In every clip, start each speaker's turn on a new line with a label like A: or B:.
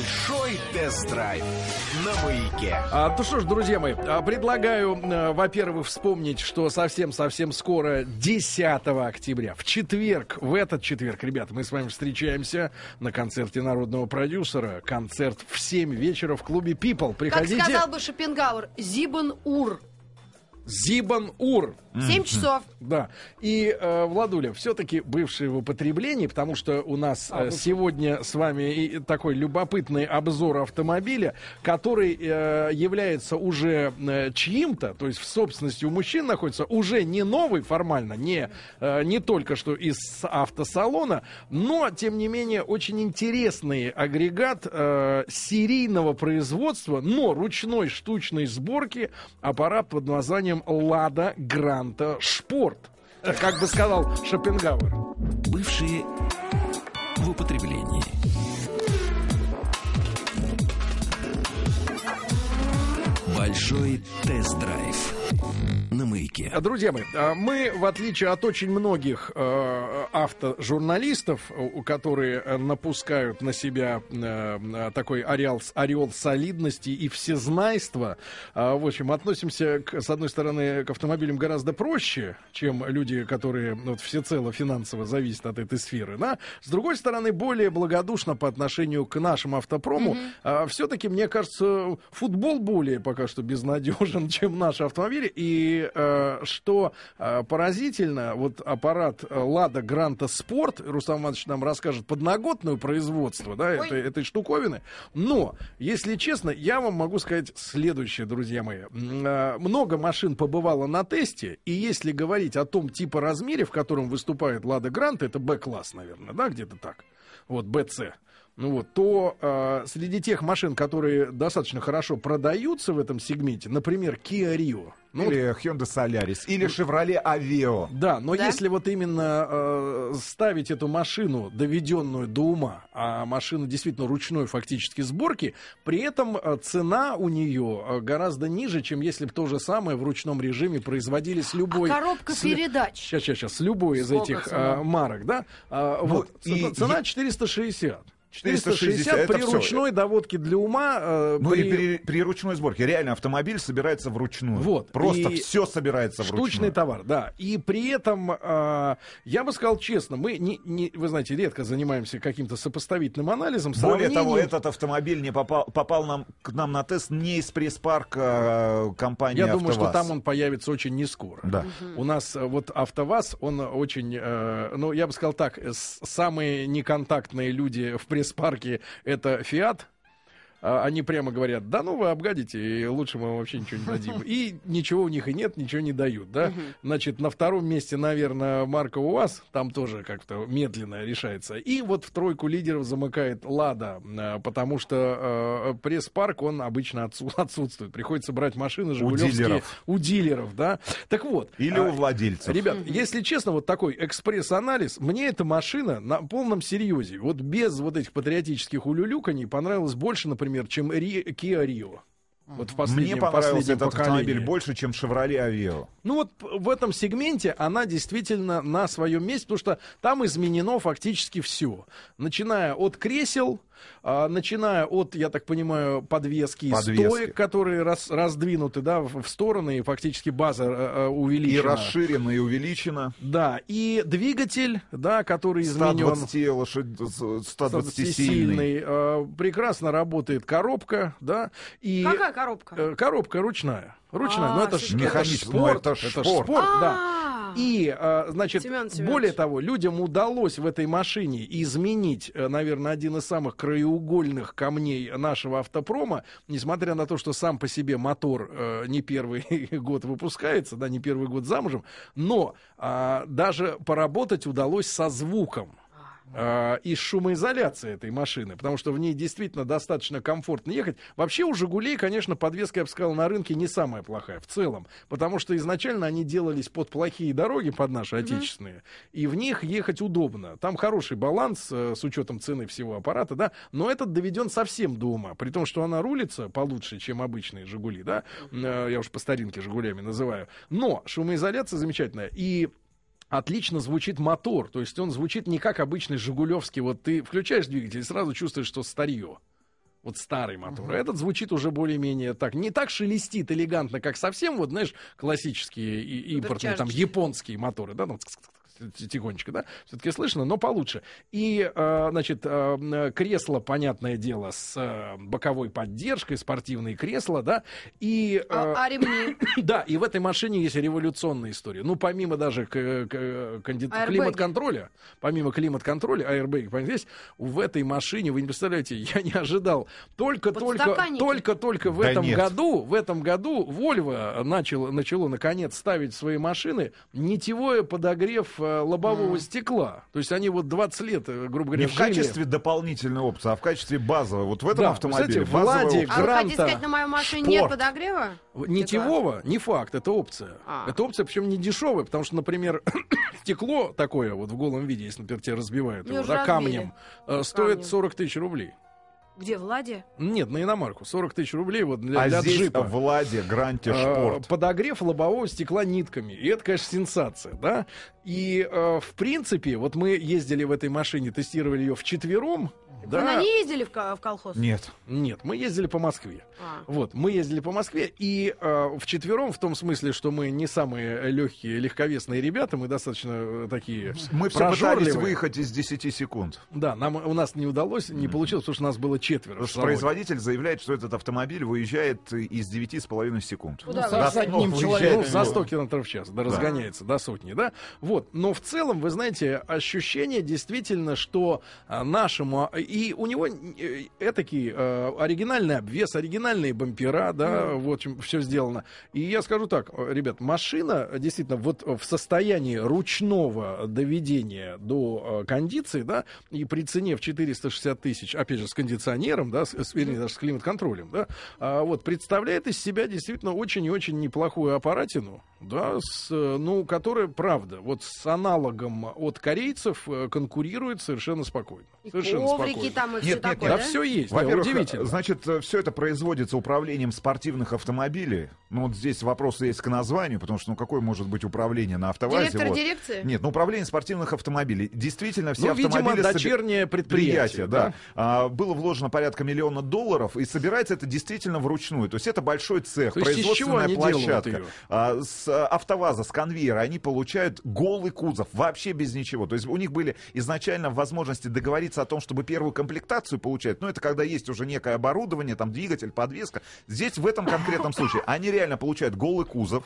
A: Большой тест-драйв на маяке.
B: А, то что ж, друзья мои, а, предлагаю, э, во-первых, вспомнить, что совсем-совсем скоро, 10 октября, в четверг, в этот четверг, ребят, мы с вами встречаемся на концерте народного продюсера. Концерт в 7 вечера в клубе People.
C: Как
B: Приходите.
C: сказал бы Шопенгауэр, Зибан Ур.
B: Зибан Ур.
C: Семь часов.
B: Да. И, э, Владуля, все-таки бывшие в употреблении, потому что у нас э, сегодня с вами и такой любопытный обзор автомобиля, который э, является уже э, чьим-то, то есть в собственности у мужчин находится, уже не новый формально, не, э, не только что из автосалона, но, тем не менее, очень интересный агрегат э, серийного производства, но ручной штучной сборки аппарат под названием «Лада Гранта Шпорт». Э, Как бы сказал Шопенгауэр.
D: Бывшие в употреблении. Большой тест-драйв на маяке.
B: А, Друзья мои, а, мы, в отличие от очень многих э, автожурналистов, у- которые э, напускают на себя э, м, такой ареал, с- ореол солидности и всезнайства, а, в общем, относимся, к, с одной стороны, к автомобилям гораздо проще, чем люди, которые ну, вот, всецело финансово зависят от этой сферы, да? с другой стороны, более благодушно по отношению к нашему автопрому. Все-таки, мне кажется, футбол более пока что безнадежен, чем наши автомобили. И э, что э, поразительно, вот аппарат э, «Лада Гранта Спорт», Рустам Иванович нам расскажет, подноготную производство да, этой, этой штуковины. Но, если честно, я вам могу сказать следующее, друзья мои. М, э, Много машин побывало на тесте, и если говорить о том типа размере, в котором выступает «Лада Гранта», это «Б-класс», наверное, да, где-то так, вот «БЦ», ну вот, то э, среди тех машин, которые достаточно хорошо продаются в этом сегменте, например, Kia Rio. Ну,
A: Или Hyundai Solaris, или Chevrolet Aveo.
B: да, но
C: Да.
B: если вот именно э, ставить эту машину, доведенную до ума, а машина действительно ручной фактически сборки, при этом э, цена у нее э, гораздо ниже, чем если бы то же самое в ручном режиме производили с любой...
C: А коробка передач?
B: Сейчас, сейчас, сейчас, с любой из
C: Сколько
B: этих э,
C: цена?
B: марок, да? А,
A: Ну,
B: вот,
A: и
B: ц- цена
A: е-
B: 460.
A: 460 это
B: при
A: всё.
B: ручной доводке для ума... э,
A: Ну
B: при-
A: и при, при ручной сборке. Реально, автомобиль собирается вручную.
B: Вот.
A: Просто
B: И
A: все собирается вручную.
B: Штучный товар, да. И при этом, э, я бы сказал честно, мы, не, не- вы знаете, редко занимаемся каким-то сопоставительным анализом.
A: Более того,
B: сравнением.
A: этот автомобиль не попал, попал нам, к нам на тест не из пресс-парка э, компании
B: Я думаю, что
A: «АвтоВАЗ».
B: там он появится очень не скоро.
A: Да.
B: У нас э, вот АвтоВАЗ, он очень, э, ну, я бы сказал так, э, с- самые неконтактные люди в пресс-парке — это «Фиат», А, они прямо говорят, да ну вы обгадите, и лучше мы вам вообще ничего не дадим. И ничего у них и нет, ничего не дают, да. Значит, на втором месте, наверное, марка УАЗ, там тоже как-то медленно решается. И вот в тройку лидеров замыкает Лада, э, потому что э, пресс-парк, он обычно отсу- отсутствует. Приходится брать машины «Жигулевские»
A: дилеров.
B: у дилеров, да. Так вот.
A: Или
B: а,
A: у владельцев.
B: Ребят, если честно, вот такой экспресс-анализ, мне эта машина на полном серьезе, вот без вот этих патриотических улюлюканий, понравилась больше, например, чем Ри- Kia Rio. Вот в последнем,
A: Мне понравился
B: последнем
A: этот автомобиль
B: поколении.
A: больше, чем «Шевроле Авео».
B: Ну вот п- в этом сегменте она действительно на своем месте, потому что там изменено фактически все. Начиная от кресел, а, начиная от, я так понимаю, подвески, и
A: Подвески.
B: стоек, которые раз- раздвинуты да, в, в стороны, и фактически база э, э,
A: И
B: увеличена.
A: расширено, и увеличено.
B: Да, и двигатель, да, который изменен.
A: 120 лошадь, 120 сильный.
B: сильный, э, прекрасно работает коробка, да, и
C: Какая коробка?
B: э, коробка ручная. Ручная,
C: А,
B: но это ж-
C: слушайте,
B: это ж
A: Механизм, ну,
B: спорт,
A: это ж
B: это ж
A: спорт.
B: спорт, да.
C: А,
B: И, э, значит,
C: Семён Семёнович.
B: более того, людям удалось в этой машине изменить, э, наверное, один из самых краеугольных камней нашего автопрома, несмотря на то, что сам по себе мотор э, не первый год выпускается, да, не первый год замужем, но а, даже поработать удалось со звуком э, и с шумоизоляцией этой машины, потому что в ней действительно достаточно комфортно ехать. Вообще у «Жигулей», конечно, подвеска, я бы сказал, на рынке не самая плохая в целом, потому что изначально они делались под плохие дороги, под наши отечественные, и в них ехать удобно. Там хороший баланс э, с учетом цены всего аппарата, да, но этот доведен совсем до ума, при том, что она рулится получше, чем обычные «Жигули», да, Э, я уж по старинке «Жигулями» называю, но шумоизоляция замечательная, и Отлично звучит мотор, то есть он звучит не как обычный Жигулевский. Вот ты включаешь двигатель и сразу чувствуешь, что старье. Вот старый мотор. А Этот звучит уже более-менее так. Не так шелестит элегантно, как совсем, вот, знаешь, классические и, и импортные, там,
C: Рычажечки.
B: японские моторы, да, ну, там, ц-ц-ц, тихонечко, да, все-таки слышно, но получше. И, э, значит, э, м, кресло, понятное дело, с э, боковой поддержкой, спортивные кресла, да, и... э,
C: А, а ремни?
B: да, и в этой машине есть революционная история. Ну, помимо даже к- к- конди-
C: Аэрбэги.
B: климат-контроля, помимо климат-контроля, аэрбэги, помимо здесь, в этой машине, вы не представляете, я не ожидал. Только-только,
C: Подстаканники.
B: только-только в
A: Да
B: этом
A: нет.
B: году, в этом году Volvo начало, начало, наконец, ставить в свои машины нитевое подогрев э, лобового стекла. То есть они вот 20 лет, э, грубо говоря,
A: Не в
B: жили.
A: качестве дополнительной опции, а в качестве базовой. Вот в этом
B: Да,
A: автомобиле
B: кстати,
A: базовая
B: Владик,
A: опция.
C: А вы хотите
B: Гранта.
C: сказать, на моей машине нет
B: Шпорт.
C: подогрева?
B: Нитевого не факт, это опция.
C: А.
B: Это опция, причем не дешевая, потому что, например, стекло такое вот в голом виде, если, например, тебя разбивают
C: Мне
B: его,
C: уже
B: да, камнем, э, стоит
C: Камнем.
B: 40 тысяч рублей.
C: Где, Влади?
B: Нет, на иномарку. 40 тысяч рублей вот для,
A: а
B: для
A: здесь
B: джипа.
A: Владе, Гранте,
B: Э,
A: Шпорт.
B: Подогрев лобового стекла нитками. И это, конечно, сенсация, да? И, э, в принципе, вот мы ездили в этой машине, тестировали ее вчетвером.
C: Вы на
B: Да?
C: ней ездили в, ко- в колхоз?
A: Нет.
B: Нет, мы ездили по Москве.
C: А.
B: Вот, мы ездили по Москве, и в вчетвером, в том смысле, что мы не самые легкие, легковесные ребята, мы достаточно э, такие
A: Мы все
B: прожорливые.
A: пытались выехать из 10 секунд.
B: Да, нам, у нас не удалось, не получилось, потому что нас было четверо.
A: Потому
B: в
A: что
B: салоне.
A: производитель заявляет, что этот автомобиль выезжает из 9,5 секунд.
C: Куда
A: Да,
C: вы?
A: ну,
C: С
E: одним
A: выезжает
E: человеком.
B: Ну, за
A: много.
B: 100 километров в час, да, разгоняется до сотни, да. Вот, но в целом, вы знаете, ощущение действительно, что а, нашему, а, и у него э, этакий э, оригинальный обвес, оригинальные бампера, да, вот чем все сделано. И я скажу так, э, ребят, машина э, действительно вот в состоянии ручного доведения до э, кондиции, да, и при цене в 460 тысяч, опять же, с кондиционером, да, с, с- вернее, даже с климат-контролем, да, а, вот, представляет из себя действительно очень и очень неплохую аппаратину, да, с, э, ну, которая, правда, вот с аналогом от корейцев э, конкурирует совершенно спокойно.
C: И
B: совершенно
C: коврики
B: спокойно.
C: там и все
A: Нет, нет,
C: такое,
B: Да,
C: да?
B: все есть, да,
A: Ну, Во-первых, э,
B: удивительно.
A: значит, все это производится управлением спортивных автомобилей. Ну, вот здесь вопрос есть к названию, потому что, ну, какое может быть управление на автовазе?
C: Директор
A: Вот.
C: дирекции?
A: Нет, ну, управление спортивных автомобилей. Действительно, все
B: Ну,
A: автомобили...
B: видимо,
A: соби-
B: дочернее предприятие,
A: предприятие, да. А, было вложено порядка миллиона долларов, и собирается это действительно вручную. То есть это большой цех,
B: То есть из чего
A: производственная
B: они делают
A: площадка.
B: её?
A: А, с а, автоваза, с конвейера они получают голый кузов, вообще без ничего. То есть у них были изначально возможности договориться о том, чтобы первую комплектацию получать. Но это когда есть уже некое оборудование, там двигатель, подвеска. Здесь в этом конкретном случае они реально получают голый кузов,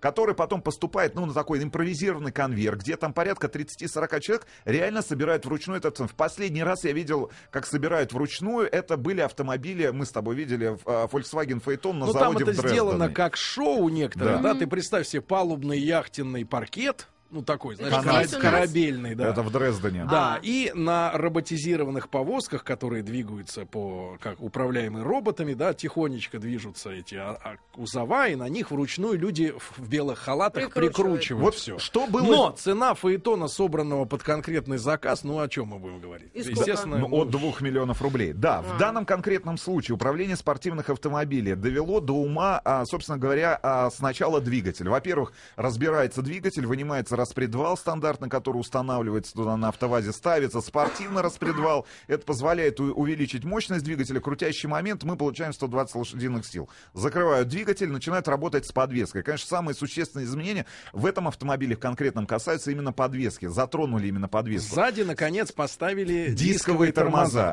A: который потом поступает ну, на такой импровизированный конвейер, где там порядка 30-40 человек реально собирают вручную этот цен. В последний раз я видел, как собирают вручную. Это были автомобили, мы с тобой видели, в, а, Volkswagen Phaeton на
B: Ну, там
A: заводе
B: это
A: в Дрездене.
B: сделано как шоу некоторое, да.
A: Да.
B: Ты представь себе палубный яхтенный паркет, ну такой, знаешь,
A: Здесь
B: кора-
A: у нас?
B: корабельный, да.
A: Это в Дрездене.
B: Да,
C: А.
B: и на роботизированных повозках, которые двигаются по как управляемые роботами, да, тихонечко движутся эти а- а- кузова, и на них вручную люди в- в белых халатах
C: Прикручивают.
B: прикручивают
A: Вот
B: все.
A: что было-
B: Но цена фаэтона, собранного под конкретный заказ, ну о чем мы будем говорить?
C: И сколько?
B: Естественно,
A: Ну,
B: ну,
A: от 2 миллионов рублей. Да, в
C: А.
A: данном конкретном случае управление спортивных автомобилей довело до ума, а, собственно говоря, а, сначала двигатель. Во-первых, разбирается двигатель, вынимается распредвал стандартный, который устанавливается туда на автовазе, ставится спортивный распредвал. Это позволяет у- увеличить мощность двигателя. Крутящий момент, мы получаем 120 лошадиных сил. Закрывают двигатель, начинают работать с подвеской. Конечно, самые существенные изменения в этом автомобиле в конкретном касаются именно подвески. Затронули именно подвеску.
B: сзади наконец поставили дисковые,
A: Дисковые тормоза,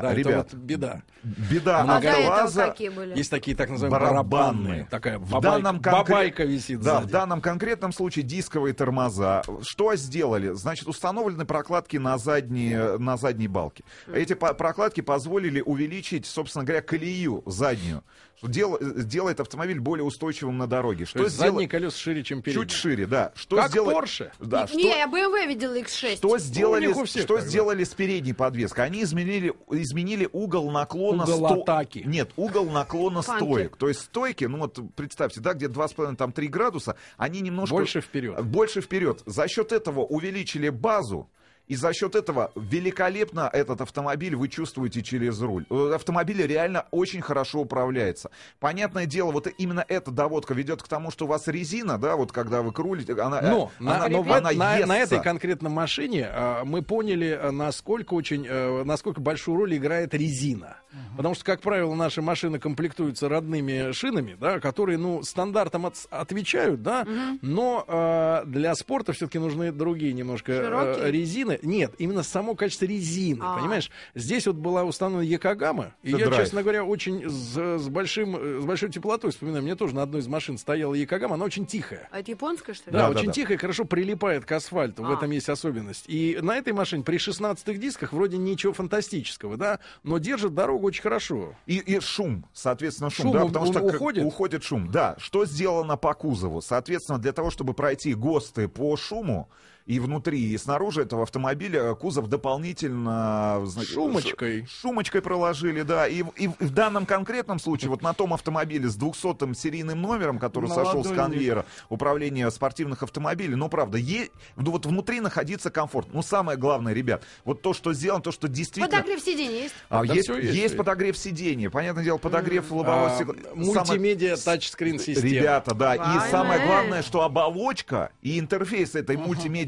B: тормоза. Да, это
A: ребят.
B: вот беда.
A: Беда
C: А до этого
A: автоваза.
C: какие были?
B: Есть такие так называемые барабанные. Такая
A: в
B: бабайка,
A: данном конкре-
B: бабайка висит
A: Да,
B: сзади.
A: в данном конкретном случае дисковые тормоза. Что сделали? Значит, установлены прокладки на задние, на задние балки. Эти по- прокладки позволили увеличить, собственно говоря, колею заднюю. Что дел- делает автомобиль более устойчивым на дороге. Что
B: То есть
A: сделать-
B: задние колеса шире, чем передние.
A: Чуть шире, да. Что
B: Как
A: сделать-
B: Porsche.
A: Да,
C: Не, я BMW видела X6.
A: Что сделали,
B: них Ну, у всех
A: что
B: так, да.
A: сделали с передней подвеской? Они изменили, изменили угол наклона
B: Угол
A: сто-
B: атаки.
A: Нет, угол наклона
C: Фанки.
A: стоек. То есть стойки, ну вот представьте, да, где 2,5 там 3 градуса, они немножко
B: Больше вперед.
A: Больше вперед. За счет этого увеличили базу. И за счет этого великолепно этот автомобиль вы чувствуете через руль. Э, Автомобиль реально очень хорошо управляется. Понятное дело, вот именно эта доводка ведет к тому, что у вас резина, да, вот когда вы крулите, она, э,
B: Но на,
A: она,
B: но в-
A: она
B: на- на
A: естся.
B: этой конкретно машине а, мы поняли, а, насколько очень, э, насколько большую роль играет резина. Потому что, как правило, наши машины комплектуются родными шинами, да, которые, ну, стандартам от- отвечают, да, но э, для спорта все-таки нужны другие немножко э,
C: Широкие?
B: резины. Нет, именно само качество резины,
C: А.
B: понимаешь? Здесь вот была установлена Якогама, и
A: Это
B: я,
A: драйв.
B: честно говоря, очень с, с большим, э, с большой теплотой вспоминаю. Мне тоже на одной из машин стояла Якогама, она очень тихая.
C: А это японская, что ли?
B: Да,
A: Да, да,
B: очень
A: да.
B: тихо и хорошо прилипает к асфальту. В
C: А.
B: этом есть особенность. И на этой машине при 16-х дисках вроде ничего фантастического, да, но держит дорогу очень хорошо.
A: И, и шум, соответственно, шум,
B: Шум,
A: да,
B: он-
A: потому
B: он
A: что как-
B: уходит?
A: уходит шум, да. Что сделано по кузову? Соответственно, для того, чтобы пройти ГОСТы по шуму и внутри, и снаружи этого автомобиля, кузов дополнительно... значит,
B: Шумочкой.
A: ш- Шумочкой проложили, да. И, в- и в- в данном конкретном случае, вот на том автомобиле с 200-м серийным номером, который
B: На
A: сошел с
B: ладони.
A: конвейера, управление спортивных автомобилей, ну, правда, е... ну, вот внутри находиться комфортно. Ну, самое главное, ребят, вот то, что сделано, то, что действительно...
C: Подогрев сиденья есть?
A: А,
B: Там
A: есть,
B: всё
A: есть,
B: есть, ведь.
A: подогрев сидения. Понятное дело, подогрев лобового
B: А,
A: стекла. Ну, Самое-
B: Мультимедиа тачскрин система.
A: Ребята, да.
C: Вау.
A: И самое
C: Э.
A: главное, что оболочка и интерфейс этой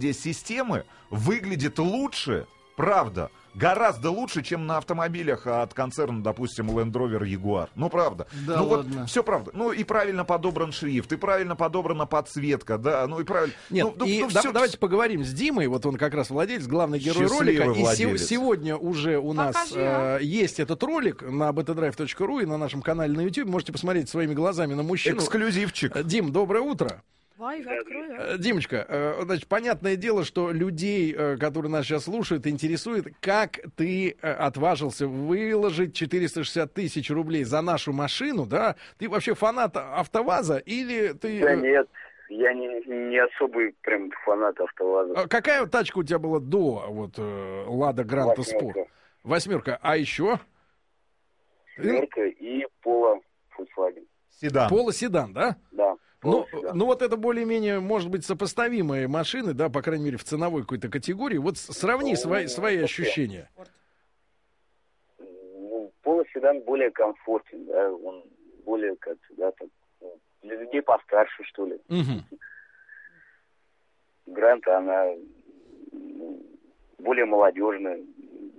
A: мультимедиа-системы выглядит лучше, правда, гораздо лучше, чем на автомобилях от концерна, допустим, Land Rover Jaguar. Ну, правда.
E: Да
A: ну,
E: ладно.
A: вот все правда. Ну, и правильно подобран шрифт, и правильно подобрана подсветка, да, ну и правильно...
B: Нет,
A: ну, ну,
B: и
A: ну,
B: да-
A: всё-
B: давайте поговорим с Димой. Вот он как раз владелец, главный герой
A: Счастливый
B: ролика. И се-
A: владелец.
B: сегодня уже у нас
C: Покажи,
B: э,
C: а.
B: есть этот ролик на btdrive.ru и на нашем канале на YouTube. Можете посмотреть своими глазами на мужчину.
A: Эксклюзивчик.
B: Э, Дим, доброе утро.
C: Давай, я открою.
B: Э, Димочка, э, значит, понятное дело, что людей, э, которые нас сейчас слушают, интересует, как ты э, отважился выложить 460 тысяч рублей за нашу машину, да? Ты вообще фанат АвтоВАЗа или ты...
F: Я
B: э,
F: нет, я не, не особый прям фанат автоваза.
B: э, Какая вот тачка у тебя была до вот э, Лада Гранта Спорт?
F: Восьмерка.
B: Восьмерка. А еще?
F: Мерка и Пола Volkswagen.
A: Седан.
B: Полоседан, да?
F: Да.
B: Ну,
F: Пола всегда.
B: ну вот это более-менее, может быть, сопоставимые машины, да, по крайней мере, в ценовой какой-то категории. Вот с- сравни
F: Ну,
B: свои, свои
F: вообще.
B: ощущения.
F: Ну, Пола седан более комфортен, да, он более как да, так, ну, для людей постарше, что ли.
B: Мгм.
F: Гранта, она ну, более молодежная,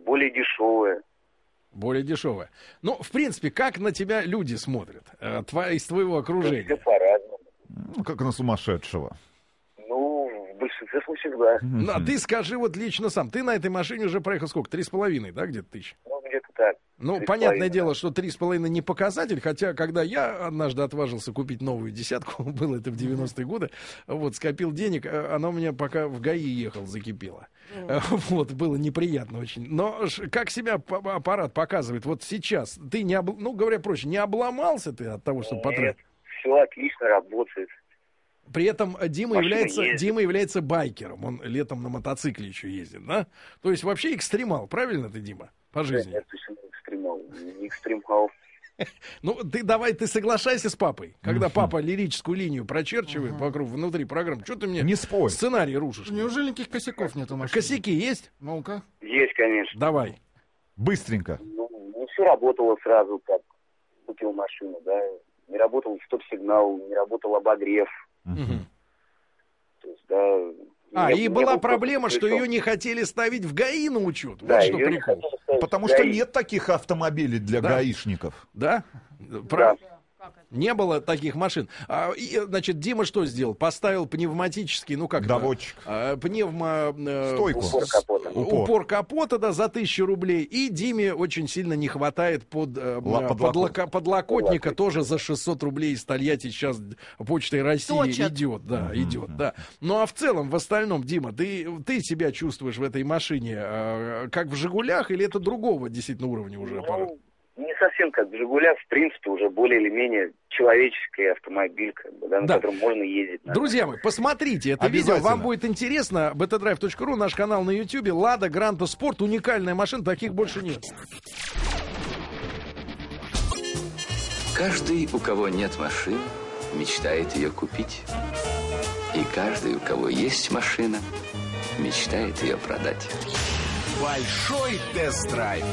F: более дешевая.
B: Более дешевая. Ну, в принципе, как на тебя люди смотрят э, тво- из твоего
F: Все
B: окружения?
F: по-разному.
A: Ну, как на сумасшедшего.
F: Ну, в большинстве случаев, да.
B: Ну, а ты скажи вот лично сам. Ты на этой машине уже проехал сколько? Три с половиной, да, где-то тысяч?
F: Ну, где-то так.
B: Ну,
F: Три с
B: понятное
F: половиной,
B: дело, что три с половиной не показатель, хотя, когда я однажды отважился купить новую десятку, было это в 90-е годы, вот, скопил денег, э, она у меня пока в ГАИ ехал, закипела. Э, Вот, было неприятно очень. Но ж как себя п- аппарат показывает вот сейчас? Ты не, обл- ну, говоря проще, не обломался ты от того, что потратил?
F: Нет, все отлично работает.
B: При этом э, Дима
F: Машина
B: является,
F: ездит.
B: Дима является байкером. Он летом на мотоцикле еще ездит, да? То есть вообще экстремал, правильно ты, Дима? По
F: Нет,
B: жизни.
F: я точно не экстремал. Не экстремал.
B: Ну, ты давай, ты соглашайся с папой. Когда папа лирическую линию прочерчивает вокруг, внутри программ, что ты мне
A: Не спорь.
B: сценарий рушишь?
E: Неужели никаких косяков нету машины?
B: Косяки есть?
E: Ну-ка.
F: Есть, конечно.
B: Давай.
A: Быстренько.
F: Ну, не все работало сразу, как купил машину, да. Не работал стоп-сигнал, не работал обогрев.
B: Мгм.
F: То есть, да.
B: А,
F: не-
B: и
F: не
B: была
F: был
B: проблема,
F: просто
B: что
F: причем.
B: ее не хотели ставить в ГАИ на учет.
F: Да,
B: вот что
F: её не
B: прикол.
F: хотели ставить
A: Потому
F: в
A: что
F: ГАИ.
A: нет таких автомобилей для
B: Да.
A: гаишников.
B: Да? Прав. Не было таких машин. А, и, значит, Дима что сделал? Поставил пневматический, ну как это?
A: Доводчик.
B: А, пневмо... э,
A: Стойку.
F: Упор капота.
B: Упор.
A: Упор.
B: капота, да, за тысячу рублей. И Диме очень сильно не хватает под, э,
A: Ла-
B: под
A: подлокотник.
B: лока- подлокотника, тоже за 600 рублей из Тольятти сейчас Почтой России
C: Точат.
B: идет, да, идет, да. Ну а в целом, в остальном, Дима, ты, ты себя чувствуешь в этой машине э, как в «Жигулях» или это другого действительно уровня уже аппарат?
F: Ну, не совсем как «Жигуля», в принципе, уже более или менее человеческий автомобиль, как бы, да, на
B: Да.
F: котором можно ездить. наверное.
B: Друзья мои, посмотрите это видео,
A: Обязательно.
B: вам будет интересно. btdrive.ru, наш канал на YouTube, «Лада Гранта Спорт», уникальная машина, таких больше нет.
G: Каждый, у кого нет машины, мечтает ее купить. И каждый, у кого есть машина, мечтает ее продать.
H: Большой тест-драйв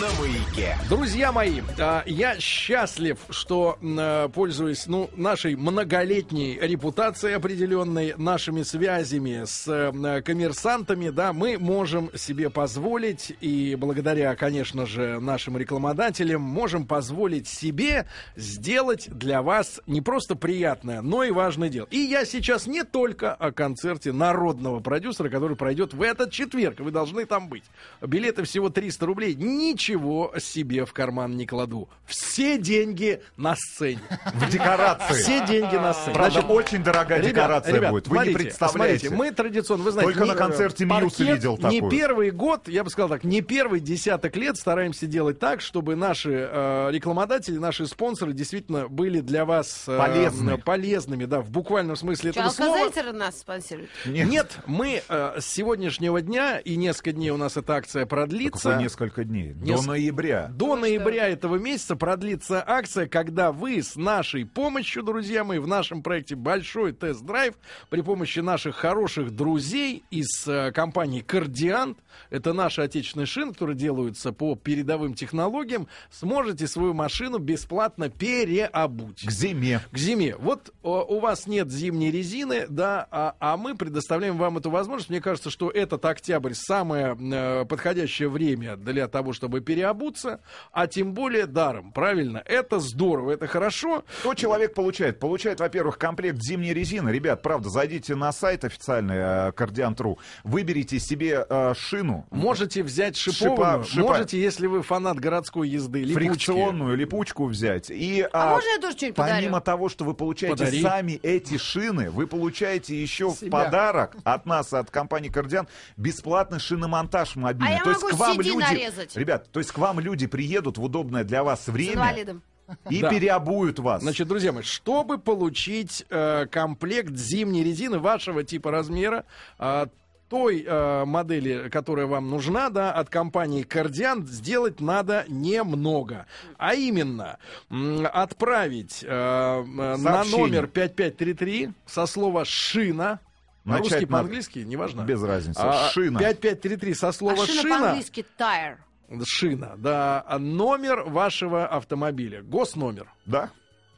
H: на маяке.
B: Друзья мои, а, я счастлив, что м, пользуясь ну, нашей многолетней репутацией определенной, нашими связями с э, м, коммерсантами, да, мы можем себе позволить, и благодаря, конечно же, нашим рекламодателям, можем позволить себе сделать для вас не просто приятное, но и важное дело. И я сейчас не только о концерте народного продюсера, который пройдет в этот четверг. Вы должны там быть. Билеты всего 300 рублей. Ничего себе в карман не кладу. Все деньги на сцене.
A: В декорации.
B: Все деньги на сцене.
A: Правда,
B: Значит,
A: очень дорогая
B: ребят,
A: декорация
B: ребят,
A: будет. Вы
B: смотрите,
A: не представляете.
B: смотрите, мы традиционно, вы знаете,
A: Только
B: не-
A: на концерте
B: паркет
A: Мьюз видел
B: Не
A: такую.
B: первый год, я бы сказал так, не первый десяток лет стараемся делать так, чтобы наши э, рекламодатели, наши спонсоры действительно были для вас э,
A: Полезны.
B: м, полезными, да, в буквальном смысле
C: Че,
B: этого слова.
C: Алкозайтер нас спонсирует?
B: Нет. мы э, с сегодняшнего дня и несколько дней у нас эта акция продлится.
A: Какое несколько дней. До
B: Неск-
A: ноября.
B: До ноября этого месяца продлится акция, когда вы с нашей помощью, друзья мои, в нашем проекте «Большой тест-драйв» при помощи наших хороших друзей из э, компании «Кардиант», это наши отечественные шины, которые делаются по передовым технологиям, сможете свою машину бесплатно переобуть
A: К зиме.
B: к зиме. Вот о, у вас нет зимней резины, да, а, а мы предоставляем вам эту возможность. Мне кажется, что этот октябрь самое э, подходящее время для того, чтобы переобуться, а тем более даром. Правильно, это здорово, это хорошо.
A: Что человек получает? Получает, во-первых, комплект зимней резины. Ребят, правда, зайдите на сайт официальный Кардиантру, выберите себе э, шину.
B: Можете взять шипованную,
A: Шипа- шипа.
B: можете, если вы фанат городской езды, липучки.
A: фрикционную липучку взять. И,
C: А
A: а,
C: можно я тоже что-нибудь
A: Помимо
C: подарю?
A: того, что вы получаете
B: Подари.
A: сами эти шины, вы получаете еще в
E: Себя.
A: подарок от нас, от компании Кардиан, бесплатный шиномонтаж мобильный.
C: А я
A: то есть
C: могу
A: к вам
C: CD
A: люди,
C: нарезать.
A: ребят, то есть к вам люди приедут в удобное для вас
C: С
A: время
C: инвалидом.
A: и
B: Да.
A: переобуют вас.
B: Значит, друзья мои, чтобы получить э, комплект зимней резины вашего типа размера, э, той э, модели, которая вам нужна, да, от компании Кардиан, сделать надо немного. А именно, м, отправить э, м, на
A: Сообщение.
B: номер 5533 со слова «шина», на
A: Начать
B: русский,
A: надо.
B: по-английски, неважно.
A: без разницы.
B: А,
A: Шина.
B: 5533 со
C: А
B: слова
C: шина
B: «шина».
C: по-английски tire.
B: Шина, да. а Номер вашего автомобиля. Госномер.
A: Да?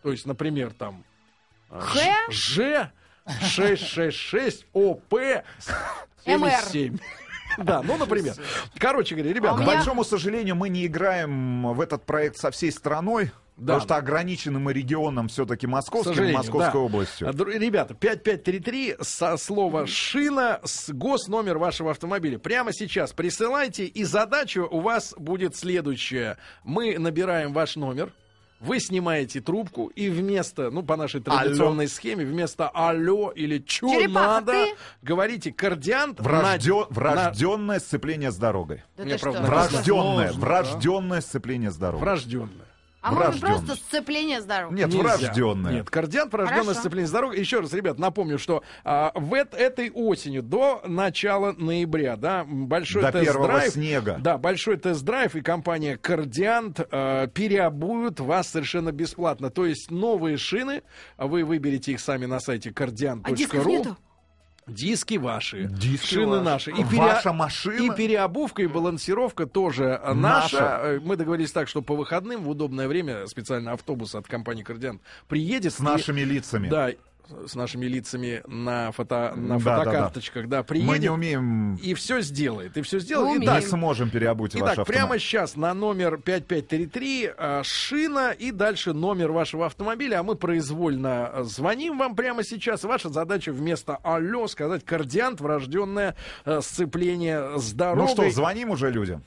B: То есть, например, там А,
C: Х?
B: Ж 666 ОП 77. Да, ну, например. Короче говоря,
C: А
B: ребят,
C: у
A: К
C: меня-
A: большому сожалению, мы не играем в этот проект со всей страной.
B: Да.
A: Потому что ограничены мы регионом все-таки
B: К
A: московским,
B: сожалению,
A: Московской
B: да. А,
A: областью.
B: дру- Ребята, 5533 со слова «шина» с госномер вашего автомобиля. Прямо сейчас присылайте, и задача у вас будет следующая. Мы набираем ваш номер, вы снимаете трубку, и вместо, ну, по нашей традиционной схеме, вместо «алло» или «чё
C: Черепаха,
B: надо»,
C: ты?
B: говорите «кардиант». на-
A: Врожден-
B: на-
A: Врожденное сцепление с дорогой.
C: Да
B: Мне
C: ты
B: правда
C: что?
B: нравится.
A: Врожденное,
E: Сложно,
A: врожденное сцепление с дорогой.
B: Врожденная.
C: А может
A: врождённый.
C: просто сцепление здоровья?
A: Нет,
B: Нельзя.
A: врожденное.
B: Нет, кардиан, порожденное
C: Хорошо.
B: сцепление с дорогой. Еще раз, ребят, напомню, что а, в эт- этой осенью до начала ноября, да, м, большой
A: До первого
B: тест-драйв.
A: снега.
B: Да, большой тест-драйв и компания Кардиант э, переобуют вас совершенно бесплатно. То есть новые шины, вы выберете их сами на сайте
C: А дисков нету?
B: cardiant.ru. Диски ваши,
A: Диски
B: шины
A: ваши.
B: наши.
A: Ваша машина.
B: И переобувка, и балансировка тоже э,
A: Наша.
B: наша. Э, Мы договорились так, что по выходным в удобное время специально автобус от компании «Кардиан» приедет.
A: С нашими лицами.
B: Да, с нашими лицами на, фото, на
A: Да, да, да.
B: фотокарточках, да,
A: Мы не
B: приедет.
A: умеем,
B: И все сделает, и все сделает.
C: умеем.
A: не
B: Итак,
A: сможем переобуть ваш
B: Итак,
A: автомобиль.
B: прямо сейчас на номер 5533 э, шина и дальше номер вашего автомобиля, а мы произвольно э, звоним вам прямо сейчас. Ваша задача вместо алло сказать кардиант, врожденное э, сцепление с
A: Ну что,
B: дорогой.
A: звоним уже людям?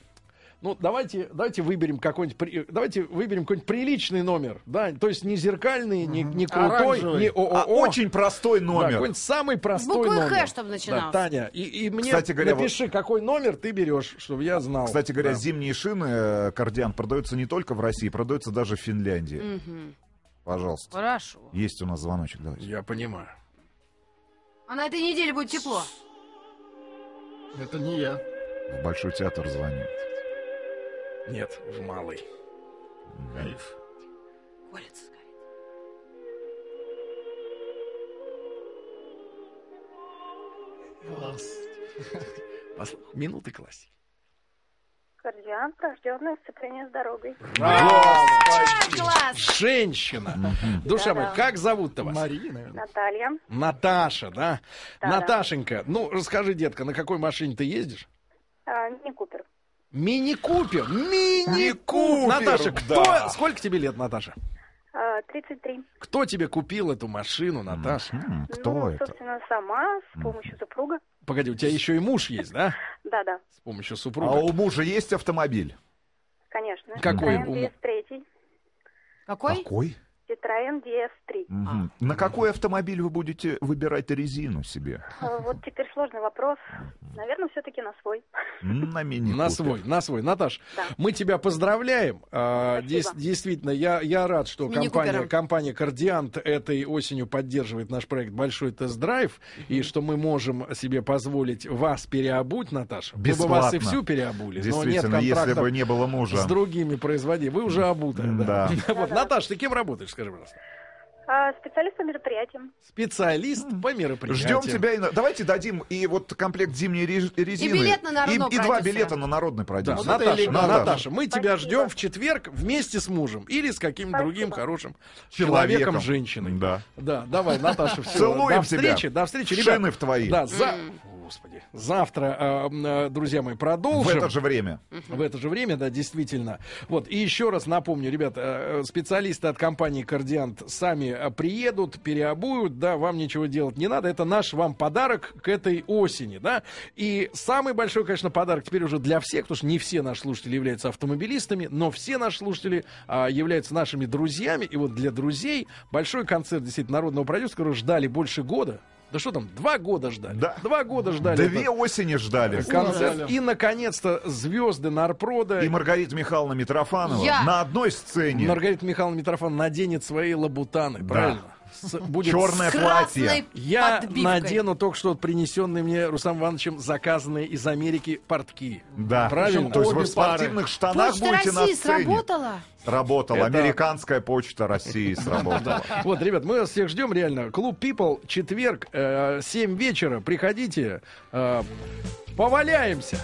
B: Ну, давайте, давайте выберем какой-нибудь, при- давайте выберем какой-нибудь приличный номер, да, то есть не зеркальный, не, не крутой,
E: Оранжевый.
B: не
A: А,
B: ООО.
A: очень простой
B: Да,
A: номер.
B: какой-нибудь самый простой
C: буквы «Х»,
B: номер.
C: чтобы
B: Да,
C: начинался.
B: Таня, и, и мне
A: Кстати говоря, вот-
B: напиши, какой номер ты берешь, чтобы я знал.
A: Кстати говоря,
B: Да.
A: зимние шины э, кардиан продаются не только в России, продаются даже в Финляндии. Пожалуйста.
C: Хорошо.
A: Есть у нас звоночек, давайте.
B: Я понимаю.
C: А на этой неделе будет тепло.
E: Это не я.
A: В Большой театр звонит.
B: Нет, в малый.
C: Колется, скорее.
E: Класс.
B: Послу- Минуты классики.
G: Кардиан, рожденный в сцеплении с дорогой.
C: Класс.
B: Женщина. Душа моя,
G: Да-да.
B: как зовут-то вас?
E: Мария, наверное.
G: Наталья.
B: Наташа, да?
G: Да-да.
B: Наташенька, ну расскажи, детка, на какой машине ты ездишь?
G: А, Мини Купер.
B: Мини-купер. Мини-купер.
A: Мини-купер,
B: Наташа, кто,
A: да.
B: сколько тебе лет, Наташа?
G: А, 33.
B: Кто тебе купил эту машину, Наташа?
A: М,
G: ну,
A: Кто это?
G: собственно, сама, с помощью супруга.
B: Погоди, у тебя еще и муж есть, да?
G: Да-да,
B: С помощью
A: А
B: супруга.
A: у мужа есть автомобиль?
G: конечно.
B: Какой
G: Citroёn
B: у-
G: DS3.
C: Какой?
G: Citroёn DS3.
B: А.
A: Мгм. На какой автомобиль вы будете выбирать резину себе?
G: А, Вот теперь сложный вопрос. Наверное, все-таки на свой.
A: М, На мини
B: На свой, на свой. Наташ,
G: Да.
B: мы тебя поздравляем. А,
G: Спасибо.
B: дес- действительно, я, я рад, что
C: С
B: компания,
C: мини-купером.
B: компания Кардиант этой осенью поддерживает наш проект Большой тест-драйв. И что мы можем себе позволить вас переобуть, Наташа. Мы бы вас и
A: Бесплатно.
B: всю переобули. Но нет
A: Действительно, если
B: контрактов
A: бы не было
B: с
A: мужа.
B: другими производителями. Вы уже обутая. Да.
A: Да.
B: Вот, Наташ, ты кем работаешь, скажи, пожалуйста?
G: А, специалист по мероприятиям.
B: Специалист по мероприятиям.
A: Ждем тебя. и на- Давайте дадим и вот комплект зимней реж- резины.
C: билет на народного
A: И, и два
C: продюсера.
A: билета на народный
B: Да,
A: продюсер.
E: Вот это
B: Наташа,
E: элегантно.
B: Наташа, мы тебя
G: Спасибо.
B: ждем в четверг вместе с мужем или с каким-то
G: Спасибо.
B: другим хорошим человеком, женщиной.
A: Да.
B: Да, давай, Наташа, все.
A: Целуем
B: до встречи,
A: тебя.
B: до встречи, ребят.
A: Шины в твои.
B: Да, за... Господи. Завтра, э, м, э, друзья мои,
A: В
B: продолжим.
A: это же время.
B: В это же время, да, действительно. Вот, и еще раз напомню, ребят, э, специалисты от компании «Кардиант» сами э, приедут, переобуют, да, вам ничего делать не надо. Это наш вам подарок к этой осени, да. И самый большой, конечно, подарок теперь уже для всех, потому что не все наши слушатели являются автомобилистами, но все наши слушатели а, являются нашими друзьями. И вот для друзей большой концерт, действительно, народного продюсера, которого ждали больше года. Да что там, два года ждали.
A: Да.
B: Два года ждали.
A: Две
B: этот
A: осени ждали.
B: концерт.
E: Ура.
B: И, наконец-то, звезды Нарпрода.
A: И Маргарита Михайловна Митрофанова
C: Я.
A: на одной сцене.
B: Маргарита Михайловна Митрофан наденет свои лабутаны,
A: Да.
B: правильно? С- будет
A: Черное
C: Красной
A: платье.
B: Я
C: подбивкой.
B: надену только что принесенные мне Русам Ивановичем заказанные из Америки портки.
A: Да.
B: Правильно.
A: То есть
B: Обе
A: вы в спортивных штанах
C: Почта
A: будете
C: России
A: на сцене.
C: сработала?
A: Работала.
B: Это-
A: Американская почта России сработала.
B: Вот, ребят, мы вас всех ждем, реально. Клуб People, четверг, э, 7 вечера. Приходите, э, поваляемся.